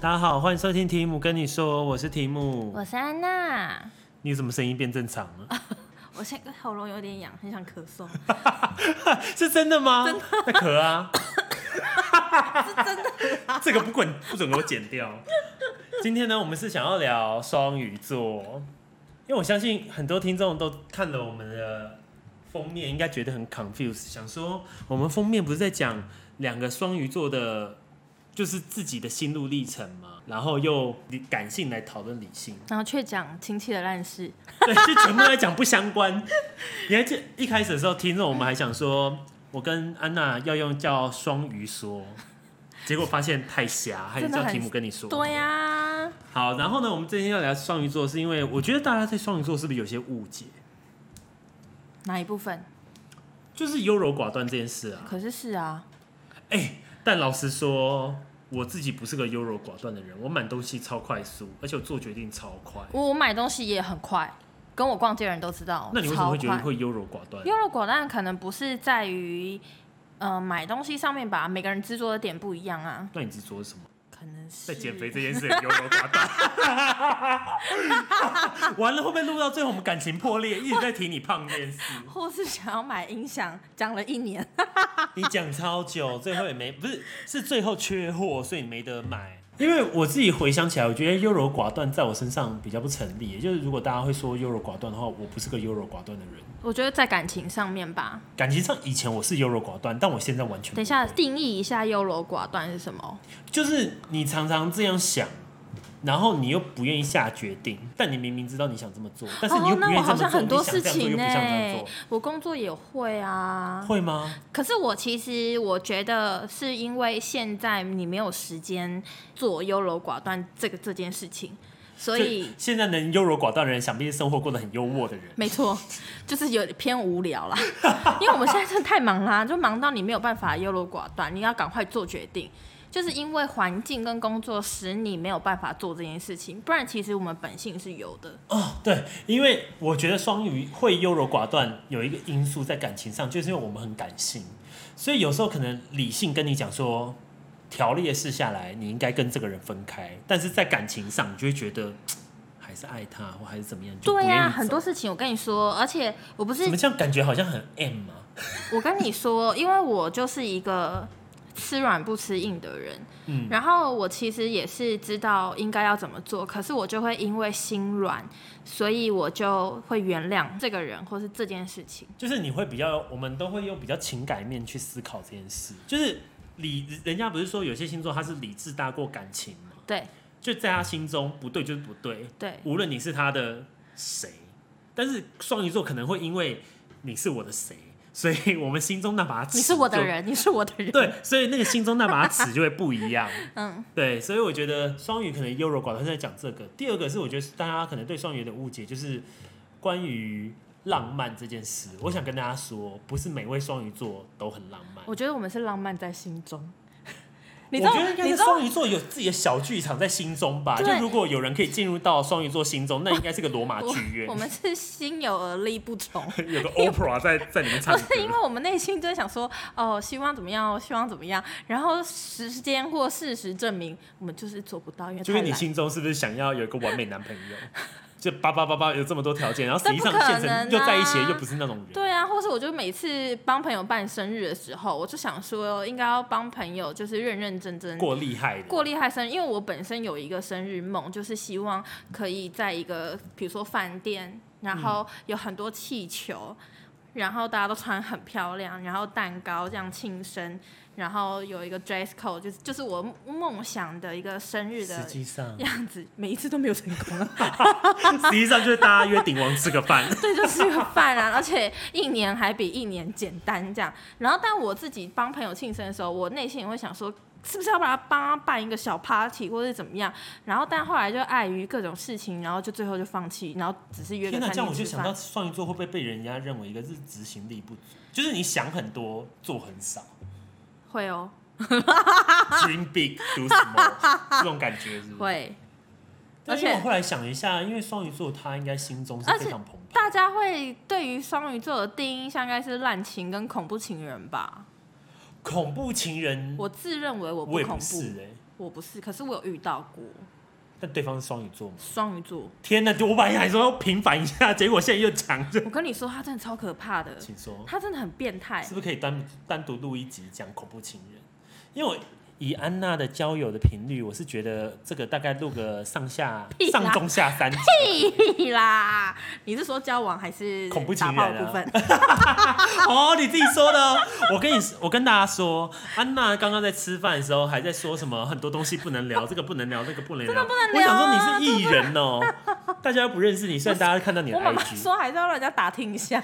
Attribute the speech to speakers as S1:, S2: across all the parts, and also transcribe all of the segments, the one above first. S1: 大家好，欢迎收听提姆跟你说，我是提姆。
S2: 我是安娜，
S1: 你怎么声音变正常了？
S2: 我现在喉咙有点痒，很想咳嗽，
S1: 是真的吗？在咳啊！
S2: 是真的。
S1: 这个不准不准给我剪掉。今天呢，我们是想要聊双鱼座，因为我相信很多听众都看了我们的封面，应该觉得很 confused，想说我们封面不是在讲两个双鱼座的，就是自己的心路历程吗？然后又理感性来讨论理性，
S2: 然后却讲亲戚的烂事，
S1: 对，就全部来讲不相关。你还记一开始的时候听着，我们还想说，我跟安娜要用叫双鱼说，结果发现太狭，还是
S2: 真的
S1: 叫
S2: 很
S1: 题目跟你说。
S2: 对呀、啊，
S1: 好，然后呢，我们今天要聊双鱼座，是因为我觉得大家对双鱼座是不是有些误解，
S2: 哪一部分？
S1: 就是优柔寡断这件事啊。
S2: 可是是啊，
S1: 哎、但老实说，我自己不是个优柔寡断的人，我买东西超快速，而且我做决定超快。
S2: 我我买东西也很快，跟我逛街的人都知道，
S1: 那你为什么会觉得
S2: 超快
S1: 会优柔寡断？
S2: 优柔寡断可能不是在于，呃，买东西上面吧，每个人执着的点不一样啊，
S1: 那你执着是什么？
S2: 可能是
S1: 在减肥这件事很优柔寡断。 完了，会不会录到最后我们感情破裂，一直在提你胖这件事？
S2: 或是想要买音响，讲了一年，
S1: 你讲超久，最后也没不是是最后缺货，所以你没得买。因为我自己回想起来，我觉得优柔寡断在我身上比较不成立。也就是如果大家会说优柔寡断的话，我不是个优柔寡断的人。
S2: 我觉得在感情上面吧。
S1: 感情上以前我是优柔寡断，但我现在完全不
S2: 等一下，
S1: 会
S2: 定义一下优柔寡断是什么？
S1: 就是你常常这样想，然后你又不愿意下决定，但你明明知道你想这么做，但是你又
S2: 哦，
S1: 不
S2: 那
S1: 愿
S2: 我
S1: 意这
S2: 好
S1: 么
S2: 像
S1: 做，
S2: 很多
S1: 你想
S2: 事
S1: 这样做
S2: 情
S1: 又不
S2: 呢、
S1: 想这样做，
S2: 我工作也会啊。
S1: 会吗？
S2: 可是我其实我觉得是因为现在你没有时间做优柔寡断这个这件事情，所以
S1: 现在能优柔寡断的人，想必是生活过得很优渥的人。
S2: 没错，就是有点偏无 聊啦。因为我们现在真的太忙啦，就忙到你没有办法优柔寡断，你要赶快做决定。就是因为环境跟工作使你没有办法做这件事情，不然其实我们本性是有的。
S1: 哦，对，因为我觉得双鱼会优柔寡断，有一个因素在感情上，就是因为我们很感性，所以有时候可能理性跟你讲说，条列式下来，你应该跟这个人分开，但是在感情上，你就会觉得嘖还是爱他，或还是怎么样，就不
S2: 对
S1: 愿意
S2: 呀、
S1: 走
S2: 很多事情我跟你说，而且我不是
S1: 怎么这样感觉好像很 M 啊？
S2: 我跟你说，因为我就是一个吃软不吃硬的人，
S1: 嗯
S2: 然后我其实也是知道应该要怎么做，可是我就会因为心软，所以我就会原谅这个人或是这件事情。
S1: 就是你会比较，我们都会用比较情感面去思考这件事，就是理人家不是说有些星座他是理智大过感情吗？
S2: 对
S1: 就在他心中不对就是不对，
S2: 对，
S1: 无论你是他的谁，但是双鱼座可能会因为你是我的谁，所以我们心中那把尺，
S2: 你是我的，人，你是我的人，
S1: 对，所以那个心中那把尺就会不一样。
S2: 嗯，
S1: 对，所以我觉得双鱼可能优柔寡断是在讲这个。第二个是我觉得大家可能对双鱼有点误解，就是关于浪漫这件事。我想跟大家说，不是每位双鱼座都很浪漫。
S2: 我觉得我们是浪漫在心中。 你知
S1: 我
S2: 道
S1: 觉得应，该
S2: 你
S1: 是
S2: 知道
S1: 双鱼座有自己的小剧场在心中吧。就
S2: 对
S1: 如果有人可以进入到双鱼座心中，那应该是个罗马剧院
S2: 我我。们是心有而力不从。
S1: 有个 opera 在在里面唱
S2: 不
S1: 歌，
S2: 是因为 我们内心就在想说，哦，希望怎么样，希望怎么样，然后时间或事实证明，我们就是做不到，因为
S1: 就
S2: 太
S1: 是你
S2: 懒。
S1: 心中是不是想要有一个完美男朋友？ 就叭叭叭叭有这么多条件，然后实际上
S2: 但不可
S1: 现
S2: 能啊
S1: 成又在一起又不是那种人。
S2: 对啊，或是我就每次帮朋友办生日的时候，我就想说，应该要帮朋友就是认认真真
S1: 过厉害的，
S2: 过厉害生日，因为我本身有一个生日梦，就是希望可以在一个比如说饭店，然后有很多气球，然后大家都穿很漂亮，然后蛋糕这样庆生，然后有一个 dress code，就是就是我梦想的一个生日
S1: 实
S2: 的
S1: 际上，
S2: 样子，每一次都没有成功啊。
S1: 实际上就是大家约鼎王吃个饭。
S2: 对，就吃个饭啊，而且一年还比一年简单这样。然后，但我自己帮朋友庆生的时候，我内心也会想说，是不是要把他帮他办一个小 party 或者怎么样？然后，但后来就碍于各种事情，然后就最后就放弃，然后只是约个
S1: 天哪，
S2: 餐
S1: 这样
S2: 厅
S1: 我
S2: 吃
S1: 就想
S2: 饭
S1: 到。双鱼座会不会被人家认为一个是执行力不足，就是你想很多，做很少
S2: 会哦，
S1: ，dream big do small 这种感觉是 不是？
S2: 会。
S1: 但
S2: 而
S1: 是我
S2: 且
S1: 后来想一下，因为双鱼座他应该心中是
S2: 而且
S1: 非常澎湃。
S2: 大家会对于双鱼座的第一印象应该是滥情跟恐怖情人吧？
S1: 恐怖情人，
S2: 我自认为我不
S1: 我也
S2: 恐
S1: 不
S2: 怖，
S1: 是哎、
S2: 我不是，可是我有遇到过
S1: 但对方是双鱼座嘛？
S2: 双鱼座。
S1: 天哪！我本来还说要平反一下，结果现在又讲这，
S2: 我跟你说，他真的超可怕的，
S1: 请说，
S2: 他真的很变态
S1: 是。不是可以单单独录一集讲恐怖情人？因为我以安娜的交友的频率，我是觉得这个大概录个上下
S2: 屁啦
S1: 上中下三集，
S2: 屁啦！你是说交往还是
S1: 恐怖情人
S2: 打
S1: 啊
S2: 炮的部分？
S1: 哦，你自己说的哦。我跟你，我跟大家说，安娜刚刚在吃饭的时候还在说什么很多东西不能 聊，这个不能聊，那个不能聊。
S2: 真的不能
S1: 我
S2: 聊
S1: 想
S2: 啊
S1: 说你是艺人哦，大家又不认识你，虽然大家看到你的
S2: 我妈妈
S1: IG，
S2: 说还是要让人家打听一 下。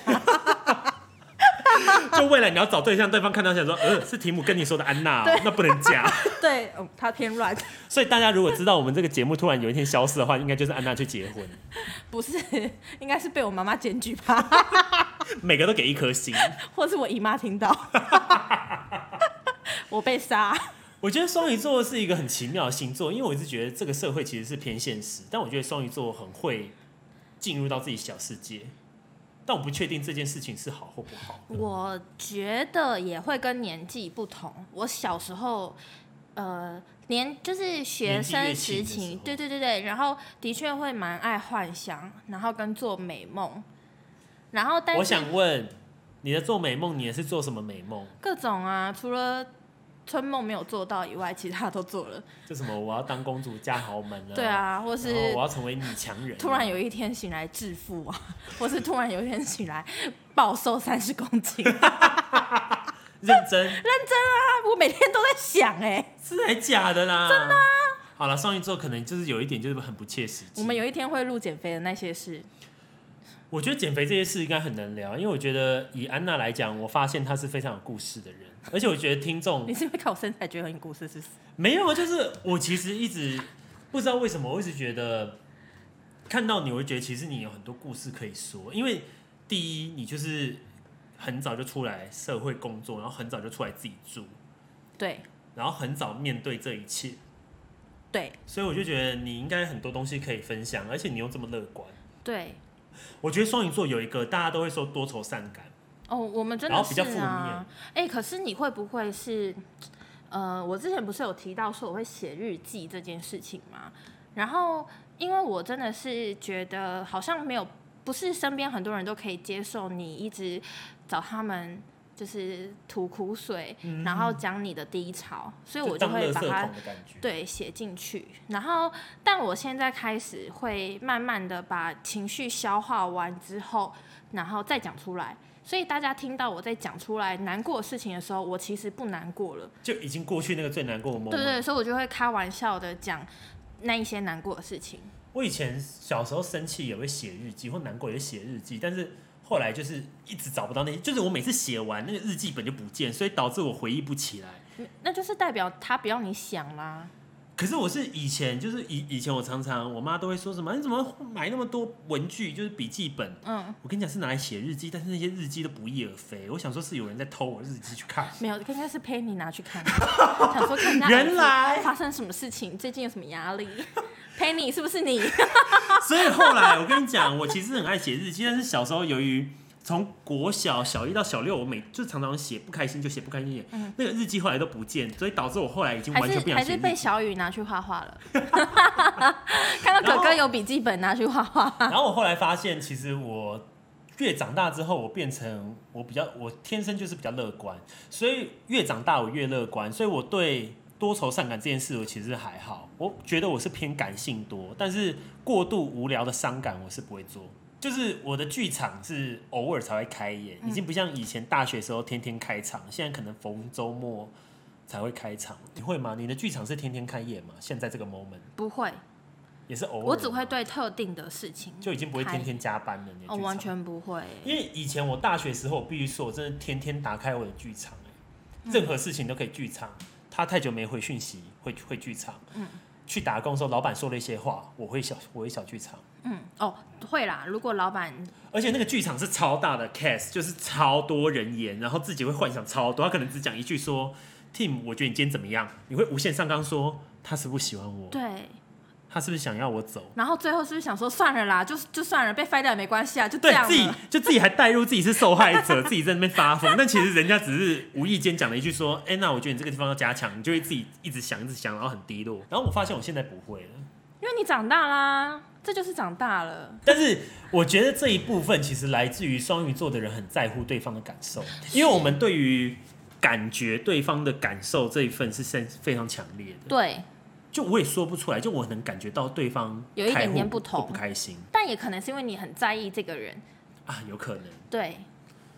S1: 就未来你要找对象，对方看到想说，呃，是提姆跟你说的安娜、哦，那不能加。
S2: 对，嗯，他偏软，
S1: 所以大家如果知道我们这个节目突然有一天消失的话，应该就是安娜去结婚，
S2: 不是，应该是被我妈妈检举吧，
S1: 每个都给一颗星。
S2: 或是我姨妈 听到，我被杀。
S1: 我觉得双鱼座是一个很奇妙的星座，因为我一直觉得这个社会其实是偏现实，但我觉得双鱼座很会进入到自己小世界，但我不确定这件事情是好或不好。
S2: 我觉得也会跟年纪不同。我小时候，呃，年就是学生时
S1: 年纪越轻的时
S2: 期
S1: 候，
S2: 对对对对，然后的确会蛮爱幻想，然后跟做美梦，然后但
S1: 我
S2: 是
S1: 想问，你在做美梦，你也是做什么美梦？
S2: 各种啊，除了春梦没有做到以外，其他都做了。
S1: 就什么我要当公主嫁豪门啊？
S2: 对，啊，
S1: 然
S2: 或
S1: 后
S2: 是
S1: 我要成为女强人啊。
S2: 突然有一天醒来致富啊，或是突然有一天醒来暴瘦三十公斤， 啊
S1: 认真，
S2: 我每天都在想哎、
S1: 是还假的 啦？真的、
S2: 啊
S1: 好了，双鱼座可能就是有一点就是很不切实际。
S2: 我们有一天会录减肥的那些事。
S1: 我觉得减肥这些事应该很难聊，因为我觉得以安娜来讲，我发现她是非常有故事的人，而且我觉得听众
S2: 你是因为看我身材觉得很有故事，是不是？
S1: 没有，就是我其实一直不知道为什么，我一直觉得看到你，我会觉得其实你有很多故事可以说，因为第一，你就是很早就出来社会工作，然后很早就出来自己住，
S2: 对
S1: 然后很早面对这一切，
S2: 对
S1: 所以我就觉得你应该很多东西可以分享，而且你又这么乐观，
S2: 对，
S1: 我觉得双鱼座有一个大家都会说多愁善感。
S2: 哦，我们真
S1: 然
S2: 的
S1: 后比
S2: 是
S1: 较负
S2: 啊。哎、可是你会不会是，呃，我之前不是有提到说我会写日记这件事情吗？然后，因为我真的是觉得好像没有，不是身边很多人都可以接受你一直找他们。就是吐苦水，然后讲你的低潮，所以我就
S1: 嗯当垃
S2: 会
S1: 圾
S2: 把
S1: 桶
S2: 它
S1: 的感觉。
S2: 对写进去，然后但我现在开始会慢慢的把情绪消化完之后，然后再讲出来。所以大家听到我在讲出来难过的事情的时候，我其实不难过了，
S1: 就已经过去那个最难过的 moment。
S2: 对对对，所以我就会开玩笑的讲那一些难过的事情。
S1: 我以前小时候生气也会写日记，或难过也会写日记，但是后来就是一直找不到那些，就是我每次写完那个日记本就不见，所以导致我回忆不起来。
S2: 那就是代表他不要你想啦，
S1: 可是我是以前就是以以前我常常我妈都会说什么你怎么买那么多文具就是笔记本，
S2: 嗯，
S1: 我跟你讲是拿来写日记，但是那些日记都不翼而飞。我想说是有人在偷我日记去看，
S2: 没有，应该是陪你拿去看，想说看一下 儿
S1: 原
S2: 子
S1: 来
S2: 发生什么事情，最近有什么压力， 陪你是不是你？
S1: 所以后来我跟你讲，我其实很爱写日记，但是小时候由于从国小小一到小六，我每就常常写不开心就写不开心写，那个日记后来都不见，所以导致我后来已经
S2: 还
S1: 完全不
S2: 是
S1: 想
S2: 嗯还
S1: 写
S2: 是
S1: 日
S2: 被
S1: 记。
S2: 小雨拿去画画了， 看到
S1: 然
S2: 哥
S1: 后
S2: 哥有笔记本拿去画画，
S1: 然后我后来发现，其实我越长大之后，我变成我比较我天生就是比较乐观，所以越长大我越乐观，所以我对。多愁善感这件事，我其实还好，我觉得我是偏感性多，但是过度无聊的伤感我是不会做。就是我的剧场是偶尔才会开演，已经不像以前大学时候天天开场，现在可能逢周末才会开场。你会吗？你的剧场是天天开业吗？现在这个 moment
S2: 不会，
S1: 也是偶尔吗，
S2: 我只会对特定的事情
S1: 就已经不会天天加班了。你的
S2: 开，
S1: 剧
S2: 哦，
S1: 场
S2: 完全不会，
S1: 因为以前我大学时候，我必须说，我真的天天打开我的剧场、欸，任何事情都可以剧场。他太久没回讯息，会会剧场。嗯，去打工的时候，老板说了一些话，我会小我会小剧场。
S2: 嗯，哦，会啦，如果老板
S1: 而且那个剧场是超大的 cast，就是超多人演，然后自己会幻想超多。他可能只讲一句说：“Tim，我觉得你今天怎么样？”你会无限上纲说他是不喜欢我。
S2: 对。
S1: 他是不是想要我走？
S2: 然后最后是不是想说算了啦，就就算了，被 f 掉也没关系啊，就这
S1: 对
S2: 样
S1: 自己
S2: 了。
S1: 就自己还带入自己是受害者， 自己在那边发疯。但其实人家只是无意间讲了一句说：“哎、那我觉得你这个地方要加强。”你就会自己一直想，一直想，然后很低落。然后我发现我现在不会了。
S2: 因为你长大啦，这就是长大了。
S1: 但是我觉得这一部分其实来自于双鱼座的人很在乎对方的感受，因为我们对于感觉对方的感受这一份是非非常强烈的。
S2: 对，
S1: 就我也说不出来，就我能感觉到对方
S2: 有一
S1: 开
S2: 点点
S1: 或
S2: 不同
S1: 或不开心
S2: 但也可能是因为你很在意这个人，
S1: 啊，有可能。
S2: 对。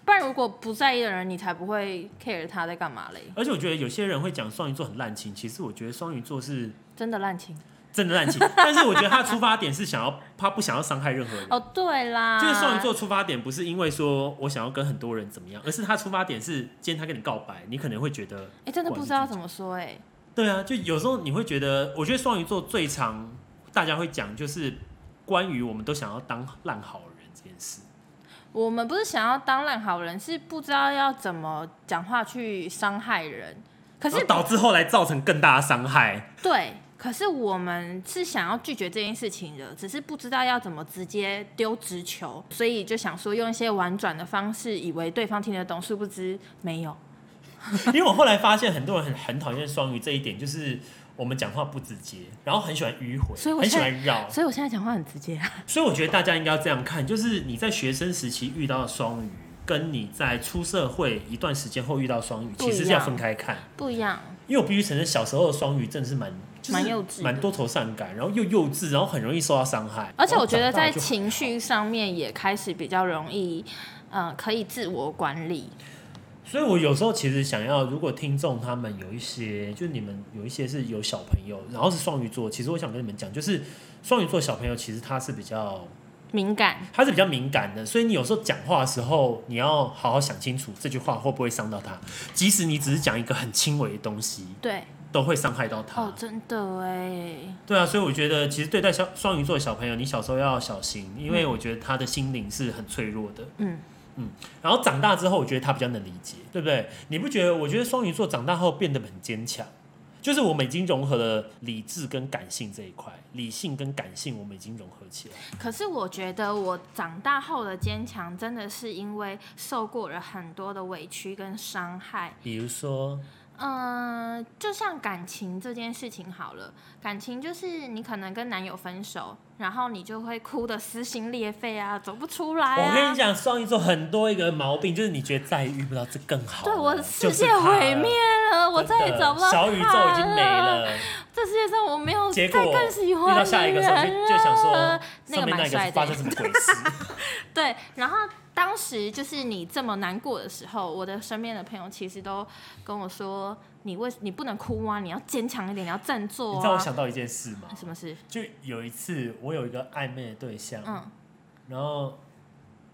S2: 不然如果不在意的人，你才不会 care 他在干嘛嘞。
S1: 而且我觉得有些人会讲双鱼座很滥情，其实我觉得双鱼座是
S2: 真的滥情
S1: 真的滥情， 但是我觉得他的出发点是想要，他不想要伤害任何人。
S2: 哦，对啦，
S1: 就是双鱼座出发点不是因为说我想要跟很多人怎么样，而是他出发点是今天他跟你告白，你可能会觉得
S2: 哎、真的不知
S1: 管
S2: 道
S1: 你
S2: 怎么说哎、
S1: 对啊，就有时候你会觉得，我觉得双鱼座最常大家会讲就是关于我们都想要当烂好人这件事。
S2: 我们不是想要当烂好人，是不知道要怎么讲话去伤害人。可
S1: 然
S2: 是
S1: 后哦导致后来造成更大的伤害。
S2: 对，可是我们是想要拒绝这件事情的，只是不知道要怎么直接丢直球，所以就想说用一些婉转的方式，以为对方听得懂，殊不知没有。
S1: 因为我后来发现很多人很很讨厌双鱼这一点，就是我们讲话不直接，然后很喜欢迂回，
S2: 所以我
S1: 很喜
S2: 现在
S1: 欢绕。
S2: 所以我现在讲话很直接啊。
S1: 所以我觉得大家应该要这样看，就是你在学生时期遇到的双鱼，跟你在出社会一段时间后遇到双鱼，
S2: 不一
S1: 其
S2: 样
S1: 实是要分开看。
S2: 不一样，
S1: 因为我必须承认，小时候的双鱼真的是蛮就是
S2: 蛮幼稚的
S1: 蛮多愁善感，然后又幼稚，然后很容易受到伤害。
S2: 而且我觉
S1: 然
S2: 得
S1: 后哦长大
S2: 在
S1: 就好
S2: 情绪上面也开始比较容易，呃，可以自我管理。
S1: 所以我有时候其实想要，如果听众他们有一些，就是你们有一些是有小朋友，然后是双鱼座，其实我想跟你们讲，就是双鱼座小朋友其实他是比较
S2: 敏感，
S1: 他是比较敏感的，所以你有时候讲话的时候，你要好好想清楚这句话会不会伤到他，即使你只是讲一个很轻微的东西，
S2: 对，
S1: 都会伤害到他。
S2: 哦，真的哎，
S1: 对啊，所以我觉得其实对待小双鱼座的小朋友，你小时候要小心，因为我觉得他的心灵是很脆弱的。
S2: 嗯
S1: 嗯，然后长大之后，我觉得他比较能理解，对不对？你不觉得？我觉得双鱼座长大后变得很坚强，就是我们已经融合了理智跟感性这一块，理性跟感性我们已经融合起来。
S2: 可是我觉得我长大后的坚强，真的是因为受过了很多的委屈跟伤害。
S1: 比如说，
S2: 嗯、就像感情这件事情好了，感情就是你可能跟男友分手，然后你就会哭得撕心裂肺啊，走不出来啊。
S1: 我跟你讲，双鱼座很多一个毛病，就是你觉得再也遇不到这更好了，
S2: 对我的
S1: 就
S2: 世
S1: 是
S2: 界
S1: 他了
S2: 毁灭，了，我
S1: 真
S2: 再
S1: 的
S2: 也找不到
S1: 小宇宙已经没
S2: 他
S1: 了。
S2: 这世界上我没有
S1: 结
S2: 再
S1: 果
S2: 更喜
S1: 遇
S2: 欢
S1: 到
S2: 的
S1: 下一个时候就
S2: 人
S1: 就想说
S2: 了那
S1: 上
S2: 个
S1: 面那
S2: 蛮
S1: 一个
S2: 帅
S1: 是
S2: 的
S1: 发
S2: 耶
S1: 生。什么鬼 事？
S2: 对，然后当时就是你这么难过的时候，我的身边的朋友其实都跟我说：“你为你不能哭啊，你要坚强一点，你要振
S1: 你
S2: 作
S1: 知道我
S2: 啊。
S1: 想到一件事吗”？
S2: 什么事？
S1: 就有一次，我有一个暧昧的对象，
S2: 嗯
S1: 然后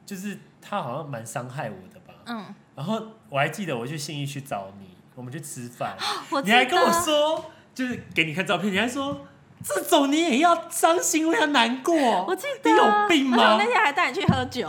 S1: 就是他好像蛮伤害我的吧。
S2: 嗯，
S1: 然后我还记得我去信义去找你，我们去吃 饭，
S2: 我
S1: 你还
S2: 记
S1: 跟我
S2: 得
S1: 说，就是给你看照片，你还说这种你也要伤心，为他难过。
S2: 我记得
S1: 你有病
S2: 而且我
S1: 吗
S2: 那？天还带你去喝 酒，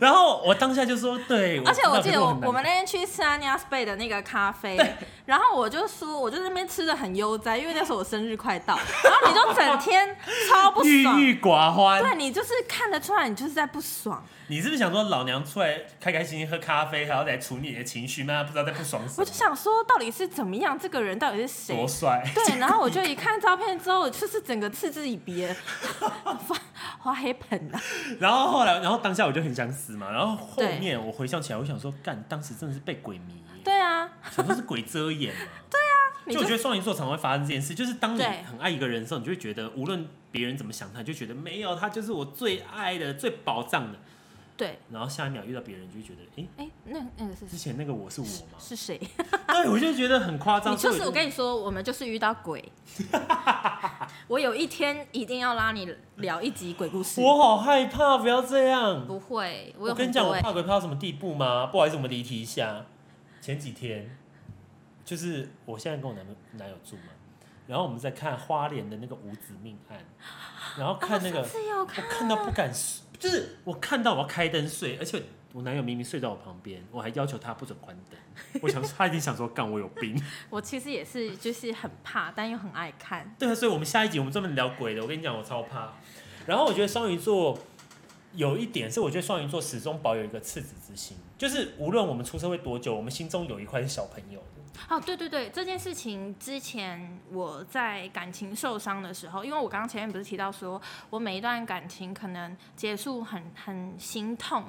S1: 然后我当下就说，对，
S2: 而且
S1: 知道
S2: 我记
S1: 可是
S2: 得我
S1: 很难
S2: 我们那天去吃 Anya Spay 的那个咖啡，然后我就说我就在那边吃的很悠哉，因为那时候我生日快到，然后你就整天超不
S1: 郁
S2: 爽，
S1: 郁寡欢。
S2: 对你就是看得出来你就是在不爽。
S1: 你是不是想说老娘出来开开心心喝咖啡，还要来处理你的情绪？那不知道在不爽什么？
S2: 我就想说到底是怎么样，这个人到底是谁
S1: 多？帅，
S2: 对，然后我就一看照片之后，我就是整个嗤之以鼻， 花花黑盆啊！
S1: 然后后来，然后当下我就很想死嘛。然后后
S2: 对
S1: 面我回想起来，我想说，干，当时真的是被鬼迷耶，
S2: 对啊，
S1: 想说是鬼遮眼嘛。
S2: 你
S1: 就
S2: 就
S1: 我觉得双鱼座常会发生这件事，就是当你
S2: 对
S1: 很爱一个人的时候，你就会觉得无论别人怎么想他，你就觉得没有他就是我最爱的、最宝藏的。
S2: 对，
S1: 然后下一秒遇到别人，你就会觉得，哎、
S2: 哎，那那个是
S1: 之前那个我是我吗？
S2: 是谁？
S1: 对，我就觉得很夸张。
S2: 你就
S1: 所
S2: 是
S1: 以
S2: 我跟你说，我们就是遇到 鬼。我有一天一定要拉你聊一集鬼故事。
S1: 我好害怕，不要这样。
S2: 不会，我
S1: 我
S2: 有
S1: 跟
S2: 很
S1: 你讲，
S2: 多
S1: 我
S2: 哎、
S1: 怕鬼怕到什么地步吗？不好意思，我们离题一下。前几天，就是我现在跟我男朋男友住嘛，然后我们在看花莲的那个五子命案，然后看那个，
S2: 是有啊
S1: 我看到不敢睡，就是我看到我要开灯睡，而且我男友明明睡在我旁边，我还要求他不准关灯。 我想说他一定想说干我有 病。
S2: 我其实也是，就是很怕，但又很爱看。
S1: 对啊，所以我们下一集我们专门聊鬼的。我跟你讲，我超怕。然后我觉得双鱼座有一点是，我觉得双鱼座始终保有一个赤子之心，就是无论我们出社会多久，我们心中有一块是小朋友的。
S2: 哦，对对对，这件事情之前我在感情受伤的时候，因为我刚刚前面不是提到说，我每一段感情可能结束很很心痛，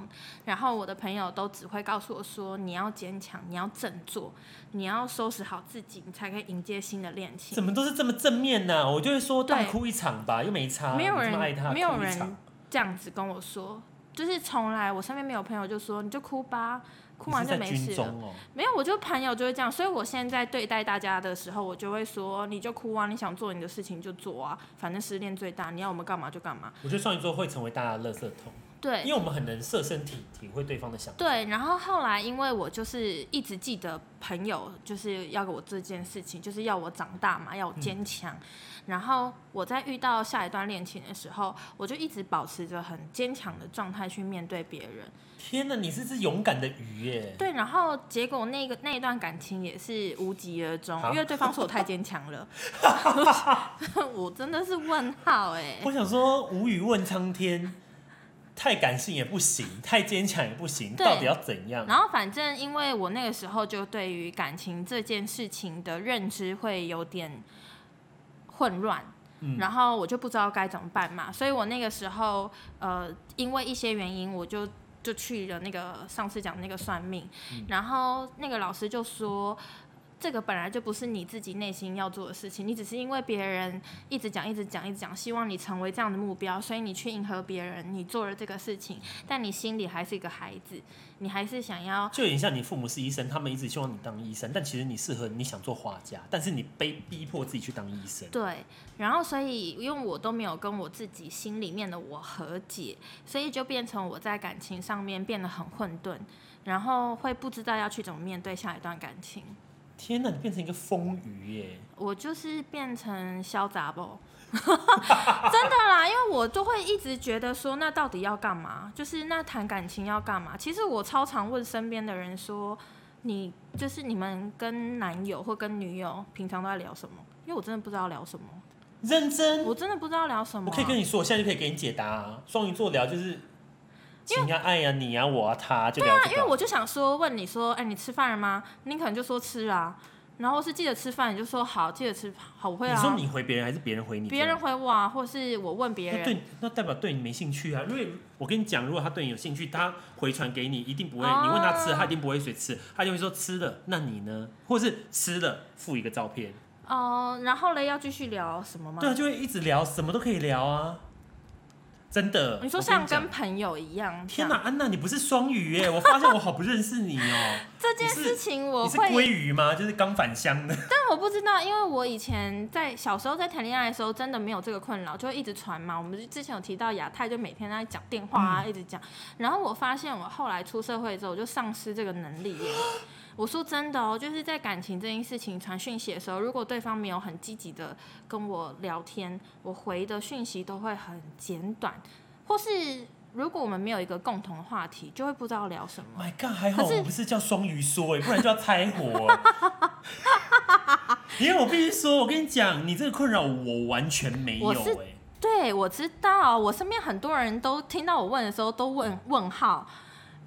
S2: 然后我的朋友都只会告诉我说，你要坚强，你要振作，你要收拾好自己，你才可以迎接新的恋情
S1: 怎。么都是这么正面呢、我就会说
S2: 对
S1: 大哭一场吧，又没差。
S2: 没有
S1: 你这么爱他，
S2: 人，没有
S1: 哭一场
S2: 人这样子跟我说，就是从来我身边没有朋友就说你就哭吧，哭完
S1: 你
S2: 就是
S1: 在
S2: 没事
S1: 军
S2: 了。
S1: 中哦，
S2: 没有，我就朋友就会这样，所以我现在对待大家的时候，我就会说，你就哭啊，你想做你的事情就做啊，反正失恋最大，你要我们干嘛就干嘛。
S1: 我觉得双鱼座会成为大家的垃圾桶，因
S2: 对
S1: 为我们很能设身体体会对方的想法。
S2: 对，然后后来因为我就是一直记得朋友就是要给我这件事情，就是要我长大嘛，要我坚强。然后我在遇到下一段恋情的时候，我就一直保持着很坚强的状态去面对别人。
S1: 天哪，你是只勇敢的鱼耶！
S2: 对，然后结果那个那一段感情也是无疾而终，
S1: 好
S2: 因为对方说我太坚强 了，我真的是问号哎、
S1: 我想说，无语问苍天，太感性也不行，太坚强也不行，
S2: 对
S1: 到底要怎样？
S2: 然后反正因为我那个时候就对于感情这件事情的认知会有点混乱，
S1: 嗯
S2: 然后我就不知道该怎么办嘛，所以我那个时候呃，因为一些原因，我就就去了那个上次讲的那个算命，然后那个老师就说。这个本来就不是你自己内心要做的事情，你只是因为别人一直讲、一直讲、一直讲，希望你成为这样的目标，所以你去迎合别人，你做了这个事情，但你心里还是一个孩子，你还是想要
S1: 就有点像你父母是医生，他们一直希望你当医生，但其实你适合你想做画家，但是你被逼迫自己去当医生。
S2: 对，然后所以因为我都没有跟我自己心里面的我和解，所以就变成我在感情上面变得很混沌，然后会不知道要去怎么面对下一段感情。
S1: 天哪，你变成一个风鱼耶！
S2: 我就是变成潇洒不， 真的啦，因为我就会一直觉得说，那到底要干嘛？就是那谈感情要干嘛？其实我超常问身边的人说，你就是你们跟男友或跟女友平常都在聊什么？因为我真的不知道聊什么，啊
S1: 认真，
S2: 我真的不知道聊什么
S1: 我
S2: 啊、
S1: 可以跟你说，我现在就可以给你解答、啊。双鱼座聊就是情啊、爱啊、你啊、我啊、他啊就聊这
S2: 因为
S1: 个。
S2: 我就想说问你说，哎、你吃饭了吗？你可能就说吃啊，然后是记得吃饭，你就说好，记得吃，好，我会
S1: 你说
S2: 啊。
S1: 你回别人还是别人回你？
S2: 别人回我啊，或是我问别
S1: 那
S2: 人，
S1: 对你，那代表对你没兴趣啊。因为我跟你讲，如果他对你有兴趣，他回传给你，一定不会。
S2: 哦
S1: 你问他吃，他一定不会随吃，他就会说吃了。那你呢？或是吃了附一个照片，
S2: 哦、然后嘞要继续聊什么吗？
S1: 对啊，就会一直聊，什么都可以聊啊。真的，
S2: 你说
S1: 我
S2: 像
S1: 你讲
S2: 跟朋友一样，
S1: 天哪，
S2: 哪，
S1: 安娜，你不是双鱼耶！我发现我好不认识你哦、
S2: 这件
S1: 你是
S2: 事情 我
S1: 你是
S2: 会
S1: 鲑鱼吗？就是刚返乡 的。
S2: 但我不知道，因为我以前在小时候在谈恋爱的时候，真的没有这个困扰，就会一直传嘛。我们之前有提到亚太，就每天在讲电话啊，一直讲。然后我发现我后来出社会之后，我就丧失这个能力耶。我说真的哦，就是在感情这件事情传讯息的时候，如果对方没有很积极的跟我聊天，我回的讯息都会很简短，或是如果我们没有一个共同的话题，就会不知道聊什么。
S1: My God，还好
S2: 可是
S1: 我不是叫双鱼说哎，不然就要猜 火。因为我必须说，我跟你讲，你这个困扰我完全没有
S2: 我是
S1: 哎。
S2: 对，我知道，我身边很多人都听到我问的时候都问问号，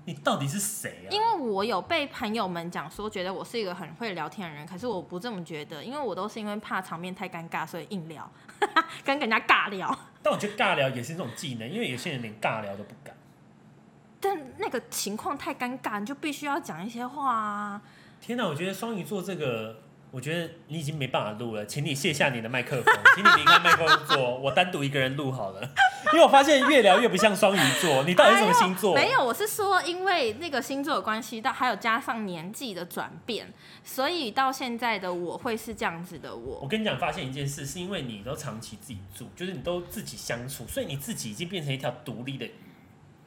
S1: 你到底是谁啊？
S2: 因为我有被朋友们讲说，觉得我是一个很会聊天的人，可是我不这么觉得，因为我都是因为怕场面太尴尬，所以硬聊， 跟人家尬聊。
S1: 但我觉得尬聊也是一种技能，因为有些人连尬聊都不敢。
S2: 但那个情况太尴尬，你就必须要讲一些话啊。
S1: 天哪，我觉得双鱼座这个，我觉得你已经没办法录了，请你卸下你的麦克 风，请你离开麦克风座，我单独一个人录好了。因为我发现越聊越不像双鱼座，你到底是什么星座？
S2: 哎没有，我是说，因为那个星座的关系到，还有加上年纪的转变，所以到现在的我会是这样子的我。
S1: 我跟你讲，发现一件事，是因为你都长期自己住，就是你都自己相处，所以你自己已经变成一条独立的鱼。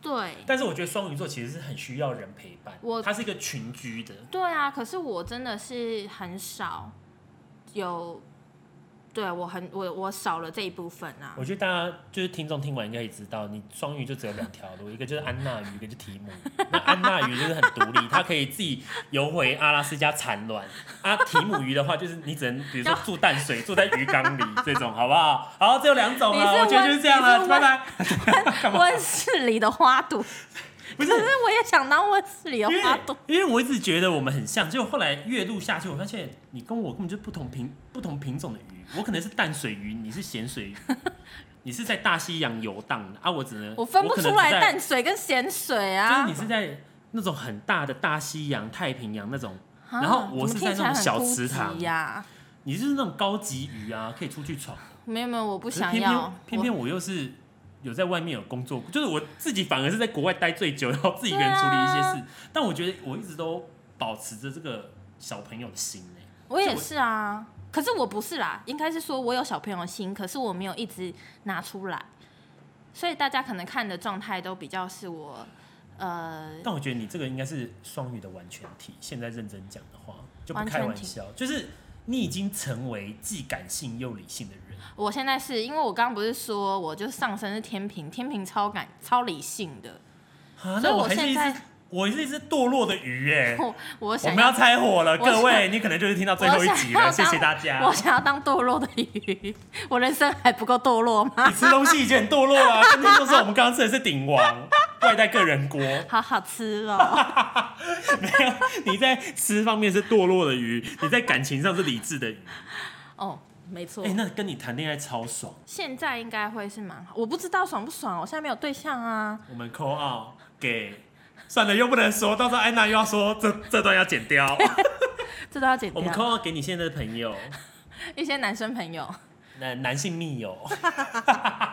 S2: 对，
S1: 但是我觉得双鱼座其实是很需要人陪伴，
S2: 我
S1: 它是一个群居的。
S2: 对啊，可是我真的是很少有对我很我我少了这一部分啊。
S1: 我觉得大家就是听众听完应该也知道，你双鱼就只有两条路，一个就是安娜鱼，一个就是提姆。那安娜鱼就是很独立，它可以自己游回阿拉斯加产卵。啊，提姆鱼的话就是你只能比如说住淡水，住在鱼缸里这种，好不好？好，只有两种了，
S2: 你是
S1: 我觉得就是这样了，
S2: 温
S1: 拜拜。
S2: 温室里的花朵，
S1: 不是
S2: 可是我也想当温室里的
S1: 因为
S2: 花朵。
S1: 因为我一直觉得我们很像，结果后来越录下去，我发现你跟我根本就不同品不同品种的鱼，我可能是淡水鱼，你是咸水鱼，你是在大西洋游荡的啊，我只能
S2: 我分不
S1: 可能
S2: 出
S1: 是
S2: 来
S1: 在
S2: 淡水跟咸水
S1: 就是
S2: 啊
S1: 你。是在那种很大的大西洋、太平洋那种，
S2: 啊
S1: 然后我是
S2: 怎么听
S1: 在
S2: 起
S1: 那
S2: 来
S1: 种
S2: 很
S1: 小
S2: 孤
S1: 池
S2: 寂
S1: 塘
S2: 呀。
S1: 你就是那种高级鱼啊，可以出去闯。
S2: 没有没有，我不
S1: 可是
S2: 想
S1: 偏偏
S2: 要。
S1: 偏偏我又是有在外面有工作过，就是我自己反而是在国外待最久，然后自己一个人处理一些
S2: 啊
S1: 事。但我觉得我一直都保持着这个小朋友的心呢、
S2: 我我也是啊。可是我不是啦，应该是说我有小朋友的心，可是我没有一直拿出来，所以大家可能看的状态都比较是我，呃，
S1: 但我觉得你这个应该是双语的完全体。现在认真讲的话，就不
S2: 完
S1: 开
S2: 全
S1: 玩
S2: 体
S1: 笑，就是你已经成为既感性又理性的人。
S2: 我现在是因为我刚刚不是说我就上升是天平，天平超感超理性的，
S1: 啊，
S2: 所
S1: 那
S2: 以我
S1: 还是
S2: 现
S1: 一
S2: 在
S1: 只，我是一只堕落的鱼哎、
S2: 我 我
S1: 我
S2: 想
S1: 们要拆火了，
S2: 我想
S1: 各位，你可能就是听到最后一集了，
S2: 我
S1: 谢
S2: 想要当
S1: 谢大家
S2: 我。想要当堕落的鱼，我人生还不够堕落吗？
S1: 你吃东西已经很堕落 了，啊今天就说我们刚刚吃的是鼎王外带个人锅，
S2: 好好吃哦，
S1: 没有你在吃方面是堕落的鱼，你在感情上是理智的鱼。
S2: 哦，没错
S1: 哎、，那跟你谈恋爱超爽，
S2: 现在应该会是蛮好，我不知道爽不爽，我现在没有对象啊，
S1: 我们扣 out 给。算了，又不能说，到时候安娜又要说这这段要剪 掉。
S2: 这都要剪
S1: 我们
S2: 掉。
S1: 扣 out 给你现在的朋友，
S2: 一些男生朋友，
S1: 男男性密友。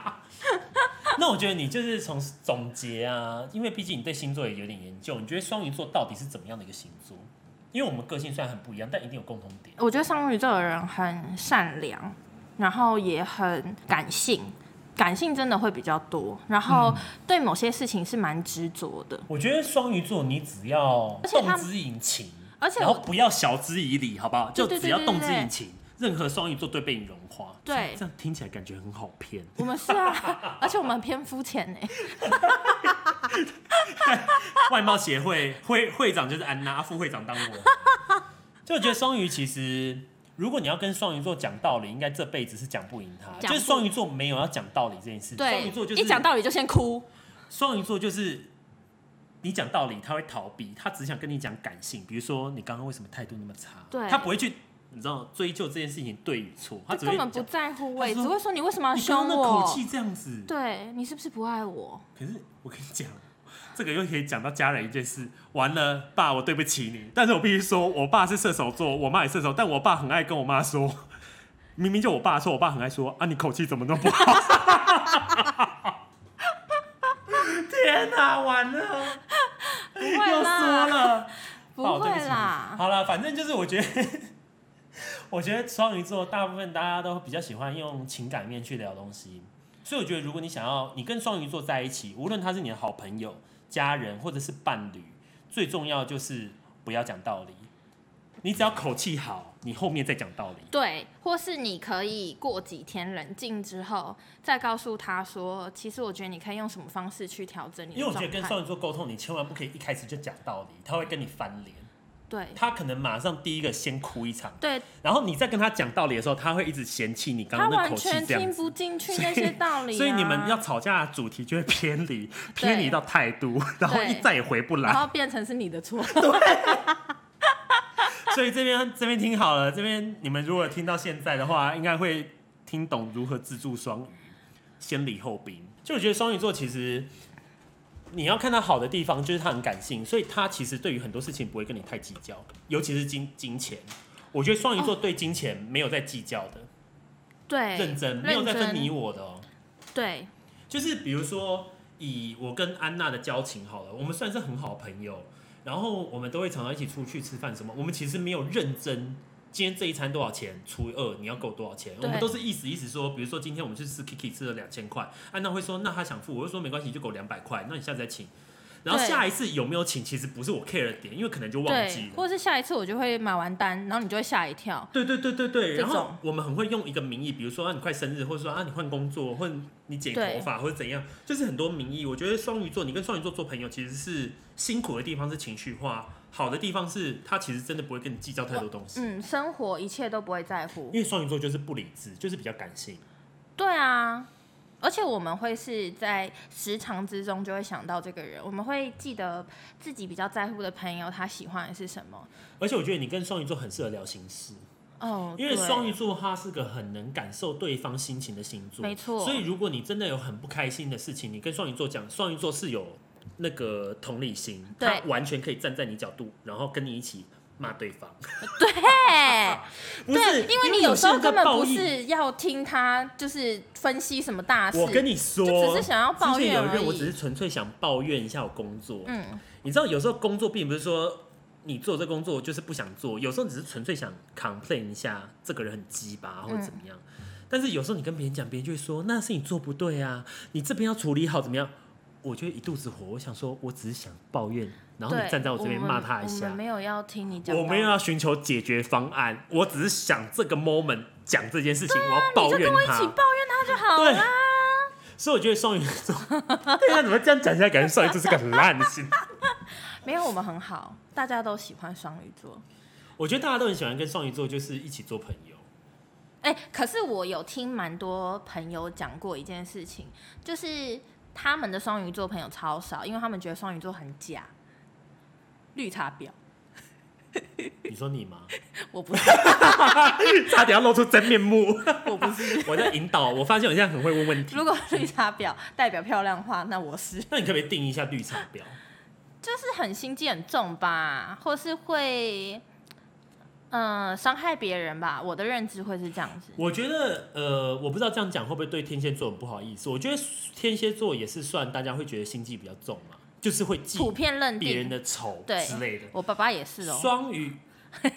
S1: 那我觉得你就是从总结啊，因为毕竟你对星座也有点研究，你觉得双鱼座到底是怎么样的一个星座？因为我们个性虽然很不一样，但一定有共同点。
S2: 我觉得双鱼座的人很善良，然后也很感性，感性真的会比较多，然
S1: 嗯
S2: 后对某些事情是蛮执着的。
S1: 我觉得双鱼座你只要
S2: 而且
S1: 动
S2: 他
S1: 之以情，
S2: 而且
S1: 然
S2: 我
S1: 后不要晓之以理，好不好？就
S2: 对对
S1: 只
S2: 对
S1: 要
S2: 对
S1: 动之
S2: 对
S1: 以情，任何双鱼座都被你融化。
S2: 对
S1: 这样听起来感觉很好骗。
S2: 我们是 啊，而且我们偏肤浅呢。欸
S1: 外貌协会会会长就是安娜，副会长当我。就我觉得双鱼其实，如果你要跟双鱼座讲道理，应该这辈子是讲不赢他。
S2: 讲
S1: 就
S2: 不
S1: 是双鱼座没有要讲道理这件事， 双
S2: 对
S1: 鱼座，就是
S2: 一讲道理就先哭。
S1: 双鱼座就是你讲道理他会逃避，他只想跟你讲感性，比如说你刚刚为什么态度那么差，
S2: 对
S1: 他不会去你知道追究这件事情对与错，他
S2: 他
S1: 只会
S2: 根本
S1: 讲
S2: 不在乎我，
S1: 他说
S2: 只会说你为什么要
S1: 你
S2: 凶
S1: 刚刚那口
S2: 我？
S1: 气这样子，
S2: 对你是不是不爱我？
S1: 可是我跟你讲，这个又可以讲到家人一件事。完了，爸，我对不起你，但是我必须说，我爸是射手座，我妈也射手，但我爸很爱跟我妈说， 明明就我爸说，我爸很爱说啊，你口气怎么那么不好？ 天哪、完了，
S2: 不
S1: 又
S2: 会
S1: 说
S2: 啦，
S1: 了，
S2: 不
S1: 哦爸我对
S2: 会
S1: 起哦
S2: 啦。
S1: 好了，反正就是我觉得。 我觉得双鱼座大部分大家都比较喜欢用情感面去聊东西，所以我觉得如果你想要你跟双鱼座在一起，无论他是你的好朋友、家人或者是伴侣，最重要就是不要讲道理，你只要口气好，你后面再讲道理。
S2: 对，或是你可以过几天冷静之后，再告诉他说，其实我觉得你可以用什么方式去调整你
S1: 因为我
S2: 的
S1: 觉得
S2: 状
S1: 跟
S2: 态。
S1: 双鱼座沟通，你千万不可以一开始就讲道理，他会跟你翻脸，
S2: 对
S1: 他可能马上第一个先哭一场，
S2: 对，
S1: 然后你再跟他讲道理的时候，他会一直嫌弃你刚
S2: 他
S1: 刚那
S2: 完
S1: 口气
S2: 全
S1: 这样
S2: 听
S1: 子。
S2: 不 进去那些道理啊。
S1: 所以你们要吵架的主题就会偏离，偏离到态度，然后一
S2: 对
S1: 再也回不
S2: 然
S1: 来。
S2: 后变成是你的错。
S1: 所以这边这边听好了，这边你们如果听到现在的话，应该会听懂如何自助双鱼，先礼后兵。就我觉得双鱼座其实你要看他好的地方，就是他很感性，所以他其实对于很多事情不会跟你太计较，尤其是金金钱。我觉得双鱼座对金钱没有在计较的，
S2: 对，
S1: 认真没有在分你我的哦、
S2: 对，
S1: 就是比如说，以我跟安娜的交情好了，我们算是很好朋友，然后我们都会常常一起出去吃饭什么。我们其实没有认真，今天这一餐多少钱除以二，你要给我多少钱？
S2: 对
S1: 我们都是意思意思说，比如说今天我啊们去吃 Kiki 吃了两千块，安娜会说那她想付，我就说没关系，你就给我两百块，那你下次再请。然后
S2: 对
S1: 下一次有没有请，其实不是我 care 的点，因为可能就忘记
S2: 对，
S1: 了。
S2: 或者是下一次我就会买完单，然后你就会吓一跳。
S1: 对对对对对，
S2: 这
S1: 然后
S2: 种
S1: 我们很会用一个名义，比如说啊你快生日，或者说啊你换工作，或者你剪
S2: 对
S1: 头发，或者怎样，就是很多名义。我觉得双鱼座，你跟双鱼座做朋友其实是辛苦的地方是情绪化，好的地方是他其实真的不会跟你计较太多东西，
S2: 嗯，生活一切都不会在乎。
S1: 因为双鱼座就是不理智，就是比较感性。
S2: 对啊，而且我们会是在时常之中就会想到这个人，我们会记得自己比较在乎的朋友他喜欢的是什么。
S1: 而且我觉得你跟双鱼座很适合聊心事，
S2: 哦，
S1: 因为
S2: 对
S1: 双鱼座他是个很能感受对方心情的星座，
S2: 没错
S1: 所以如果你真的有很不开心的事情，你跟双鱼座讲，双鱼座是有那个同理心，
S2: 对
S1: 他完全可以站在你角度，然后跟你一起骂对方。
S2: 对
S1: 啊不
S2: 哎对，
S1: 是，
S2: 因为你
S1: 有
S2: 有时
S1: 些
S2: 候
S1: 人
S2: 根
S1: 在
S2: 本
S1: 报
S2: 不
S1: 应。
S2: 是要听他就是分析什么大事，
S1: 我跟你说，
S2: 就只是想要抱
S1: 之前
S2: 怨
S1: 有一
S2: 而
S1: 任，我只
S2: 已
S1: 是。纯粹想抱怨一下我工作。
S2: 嗯，
S1: 你知道，有时候工作并不是说你做这工作就是不想做，有时候只是纯粹想 complain 一下这个人很鸡
S2: 嗯
S1: 巴或者怎么样。但是有时候你跟别人讲，别人就会说那是你做不对啊，你这边要处理好怎么样？我就会一肚子火，我想说我只是想抱怨，然后你
S2: 对
S1: 站在我这边
S2: 们
S1: 骂他一
S2: 我
S1: 下
S2: 们。没有要听你讲，
S1: 我没有。要寻求解决方案，我只是想这个 moment 讲这件事情，我要抱
S2: 啊就
S1: 怨
S2: 跟我一
S1: 他。
S2: 起抱怨他就好
S1: 对
S2: 了。，
S1: 所以我觉得双鱼座， 对啊，怎么这样讲起来，感觉双鱼座是个很烂的星座
S2: 没有，我们很好，大家都喜欢双鱼座。
S1: 我觉得大家都很喜欢跟双鱼座就是一起做朋友。
S2: 哎、可是我有听蛮多朋友讲过一件事情，就是他们的双鱼座朋友超少，因为他们觉得双鱼座很假，绿茶婊。
S1: 你说你吗？
S2: 我不是，
S1: 哎差点要露出真面目。
S2: 我不是。
S1: 我在引导，我发现我现在很会问问题
S2: 如。果绿茶婊代表漂亮话，那我是，
S1: 那你可不可以定义一下绿茶婊？
S2: 就是很心机很重吧，或是会，嗯，伤害别人吧。我的认知会是这样子。
S1: 我觉得，呃，我不知道这样讲会不会对天蝎座很不好意思。我觉得天蝎座也是算大家会觉得心计比较重嘛，就是会记
S2: 普遍认
S1: 别人
S2: 定，
S1: 的仇
S2: 对
S1: 之类的。
S2: 我爸爸也是哦。
S1: 双鱼。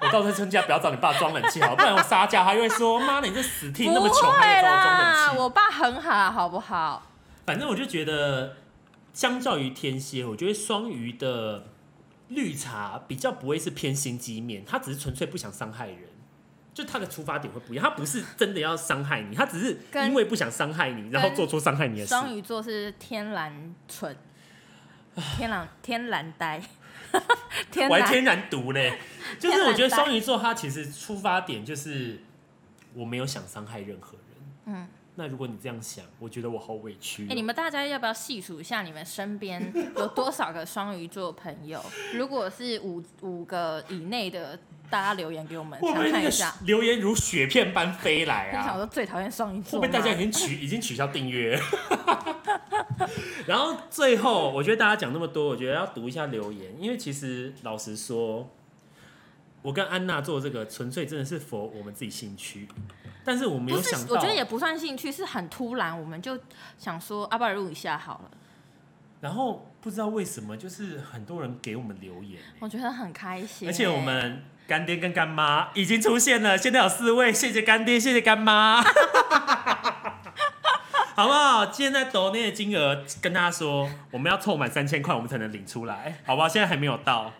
S1: 我到时候趁假不要找你爸装冷气好，不然我杀价他又会说：“妈的，你这死
S2: 不
S1: 替那么穷还
S2: 会
S1: 要找
S2: 啦，
S1: 我装冷气。
S2: 我爸很好，啊好不好？”
S1: 反正我就觉得，相较于天蝎，我觉得双鱼的绿茶比较不会是偏心机面，他只是纯粹不想伤害人，就他的出发点会不一样，他不是真的要伤害你，他只是
S2: 跟
S1: 因为不想伤害你，然后做出伤害你的事。
S2: 双鱼座是天然蠢，天然天然呆， 天
S1: 我还
S2: 然
S1: 天然 毒嘞，就是
S2: 天然
S1: 我觉得
S2: 呆
S1: 双鱼座他其实出发点就是我没有想伤害任何人。
S2: 嗯，
S1: 那如果你这样想，我觉得我好委屈
S2: 哎、
S1: 哦、
S2: 你们大家要不要细数一下你们身边有多少个双鱼座朋友？ 如果是五五个以内的，大家留言给我们，
S1: 会
S2: 想
S1: 不会那
S2: 看一
S1: 个
S2: 下。
S1: 留言如雪片般飞来
S2: 我想
S1: 啊？
S2: 说最讨厌双鱼
S1: 会不
S2: 座吗，
S1: 会大家已经取已经取消订阅？ 然后最后，我觉得大家讲那么多，我觉得要读一下留言，因为其实老实说，我跟安娜做这个纯粹真的是佛我们自己兴趣，但是我没有
S2: 不
S1: 想
S2: 是？
S1: 到，
S2: 我觉得也不算兴趣，是很突然，我们就想说，啊要、不然录一下好了。
S1: 然后不知道为什么，就是很多人给我们留言，
S2: 我觉得很开心、
S1: 而且我们干爹跟干妈已经出现了，现在有四位，谢谢干爹，谢谢干妈，好不好？现在抖内的金额跟大家说，我们要凑满三千块，我们才能领出来，好不好？现在还没有到。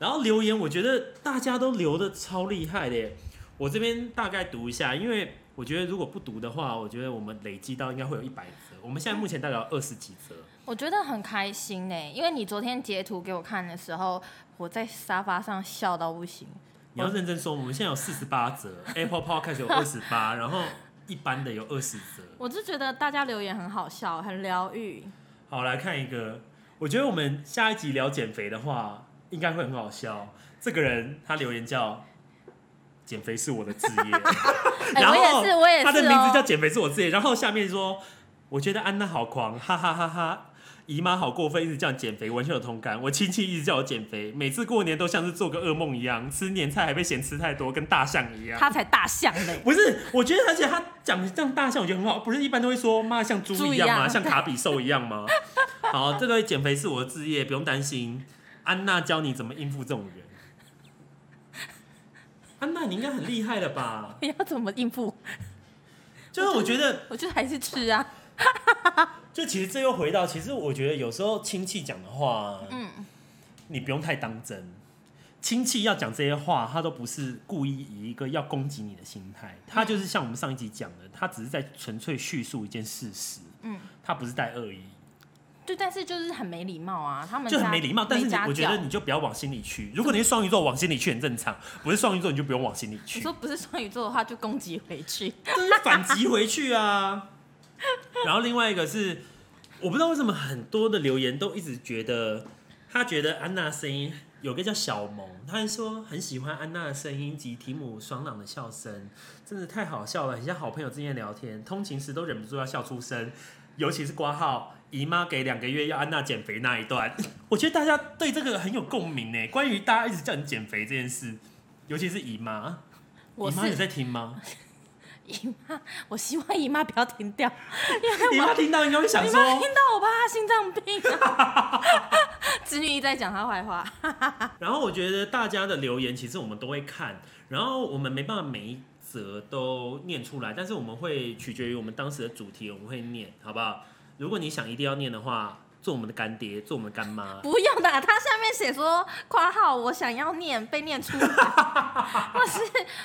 S1: 然后留言，我觉得大家都留的超厉害的耶，我这边大概读一下，因为我觉得如果不读的话，我觉得我们累积到应该会有一百则，我们现在目前大概有二十几则。
S2: 我觉得很开心呢、欸因为你昨天截图给我看的时候，我在沙发上笑到不行。
S1: 你
S2: 哦
S1: 要认真说，我们现在有四十八折，Apple Podcast 有二十八，然后一般的有二十折。
S2: 我就觉得大家留言很好笑，很疗愈。
S1: 好，来看一个，我觉得我们下一集聊减肥的话，应该会很好笑。这个人他留言叫“减肥是我的职业”，
S2: 哎、
S1: 然
S2: 我
S1: 后
S2: 也是，我也是、
S1: 他
S2: 哦。
S1: 的名字叫“减肥是我职业”，然后下面说：“我觉得安娜好狂，哈哈哈哈。”姨妈好过分，一直叫你减肥，完全有同感。我亲戚一直叫我减肥，每次过年都像是做个噩梦一样，吃年菜还被嫌吃太多，跟大象一样。
S2: 他才大象 嘞。
S1: 不是，我觉得而且他讲这样大象，我觉得很好。不是一般都会说妈像猪一样
S2: 猪一
S1: 吗？
S2: 样
S1: 像卡比兽一样吗？ 好，这个减肥是我的职业，不用担心。安娜教你怎么应付这种人。安娜，你应该很厉害了吧？
S2: 要怎么应付？
S1: 就是我觉得
S2: 我觉得还是吃啊。
S1: 就其实这又回到，其实我觉得有时候亲戚讲的话，嗯，你不用太当真。亲戚要讲这些话，他都不是故意以一个要攻击你的心态，
S2: 嗯
S1: 他就是像我们上一集讲的，他只是在纯粹叙述一件事实，
S2: 嗯，
S1: 他不是带恶意，
S2: 对，但是就是很没礼貌啊，他们
S1: 就很
S2: 家
S1: 没礼貌。但是你
S2: 家
S1: 我觉
S2: 教
S1: 得你就不要往心里去。如果你是双鱼座，往心里去很正常；不是双鱼座，你就不用往心里
S2: 你
S1: 去，
S2: 说不是双鱼座的话，就攻击回去。
S1: 就是反击回去啊。然后另外一个是，我不知道为什么很多的留言都一直觉得他觉得安娜声音有个叫小萌，他还说很喜欢安娜的声音及提姆爽朗的笑声，真的太好笑了，很像好朋友之间聊天，通勤时都忍不住要笑出声，尤其是挂号。姨妈给两个月要安娜减肥那一段， 我觉得大家对这个很有共鸣呢。关于大家一直叫你减肥这件事，尤其是姨妈，
S2: 我
S1: 姨妈有
S2: 是
S1: 在听吗？
S2: 姨妈，我希望姨妈不要停 掉，
S1: 姨妈听到应该会想
S2: 姨
S1: 说，
S2: 妈听到我怕她心脏病、啊。 子女一再讲她坏话，
S1: 然后我觉得大家的留言其实我们都会看，然后我们没办法每一则都念出来，但是我们会取决于我们当时的主题，我们会念，好不好？如果你想一定要念的话，做我们的干爹，做我们的干妈。
S2: 不用的。她下面写说（括号我想要念被念出来），或是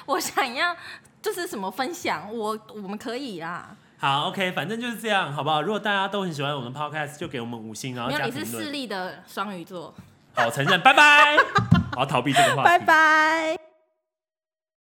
S2: 我想要就是什么分享，我我们可以啊。
S1: 好，OK，反正就是这样，好不好？如果大家都很喜欢我们的 Podcast，就给我们五星，然后
S2: 没有，
S1: 加
S2: 你是
S1: 评
S2: 势
S1: 论。
S2: 利的双鱼座。
S1: 好，承认，拜拜。我要逃避这个话题。
S2: 拜。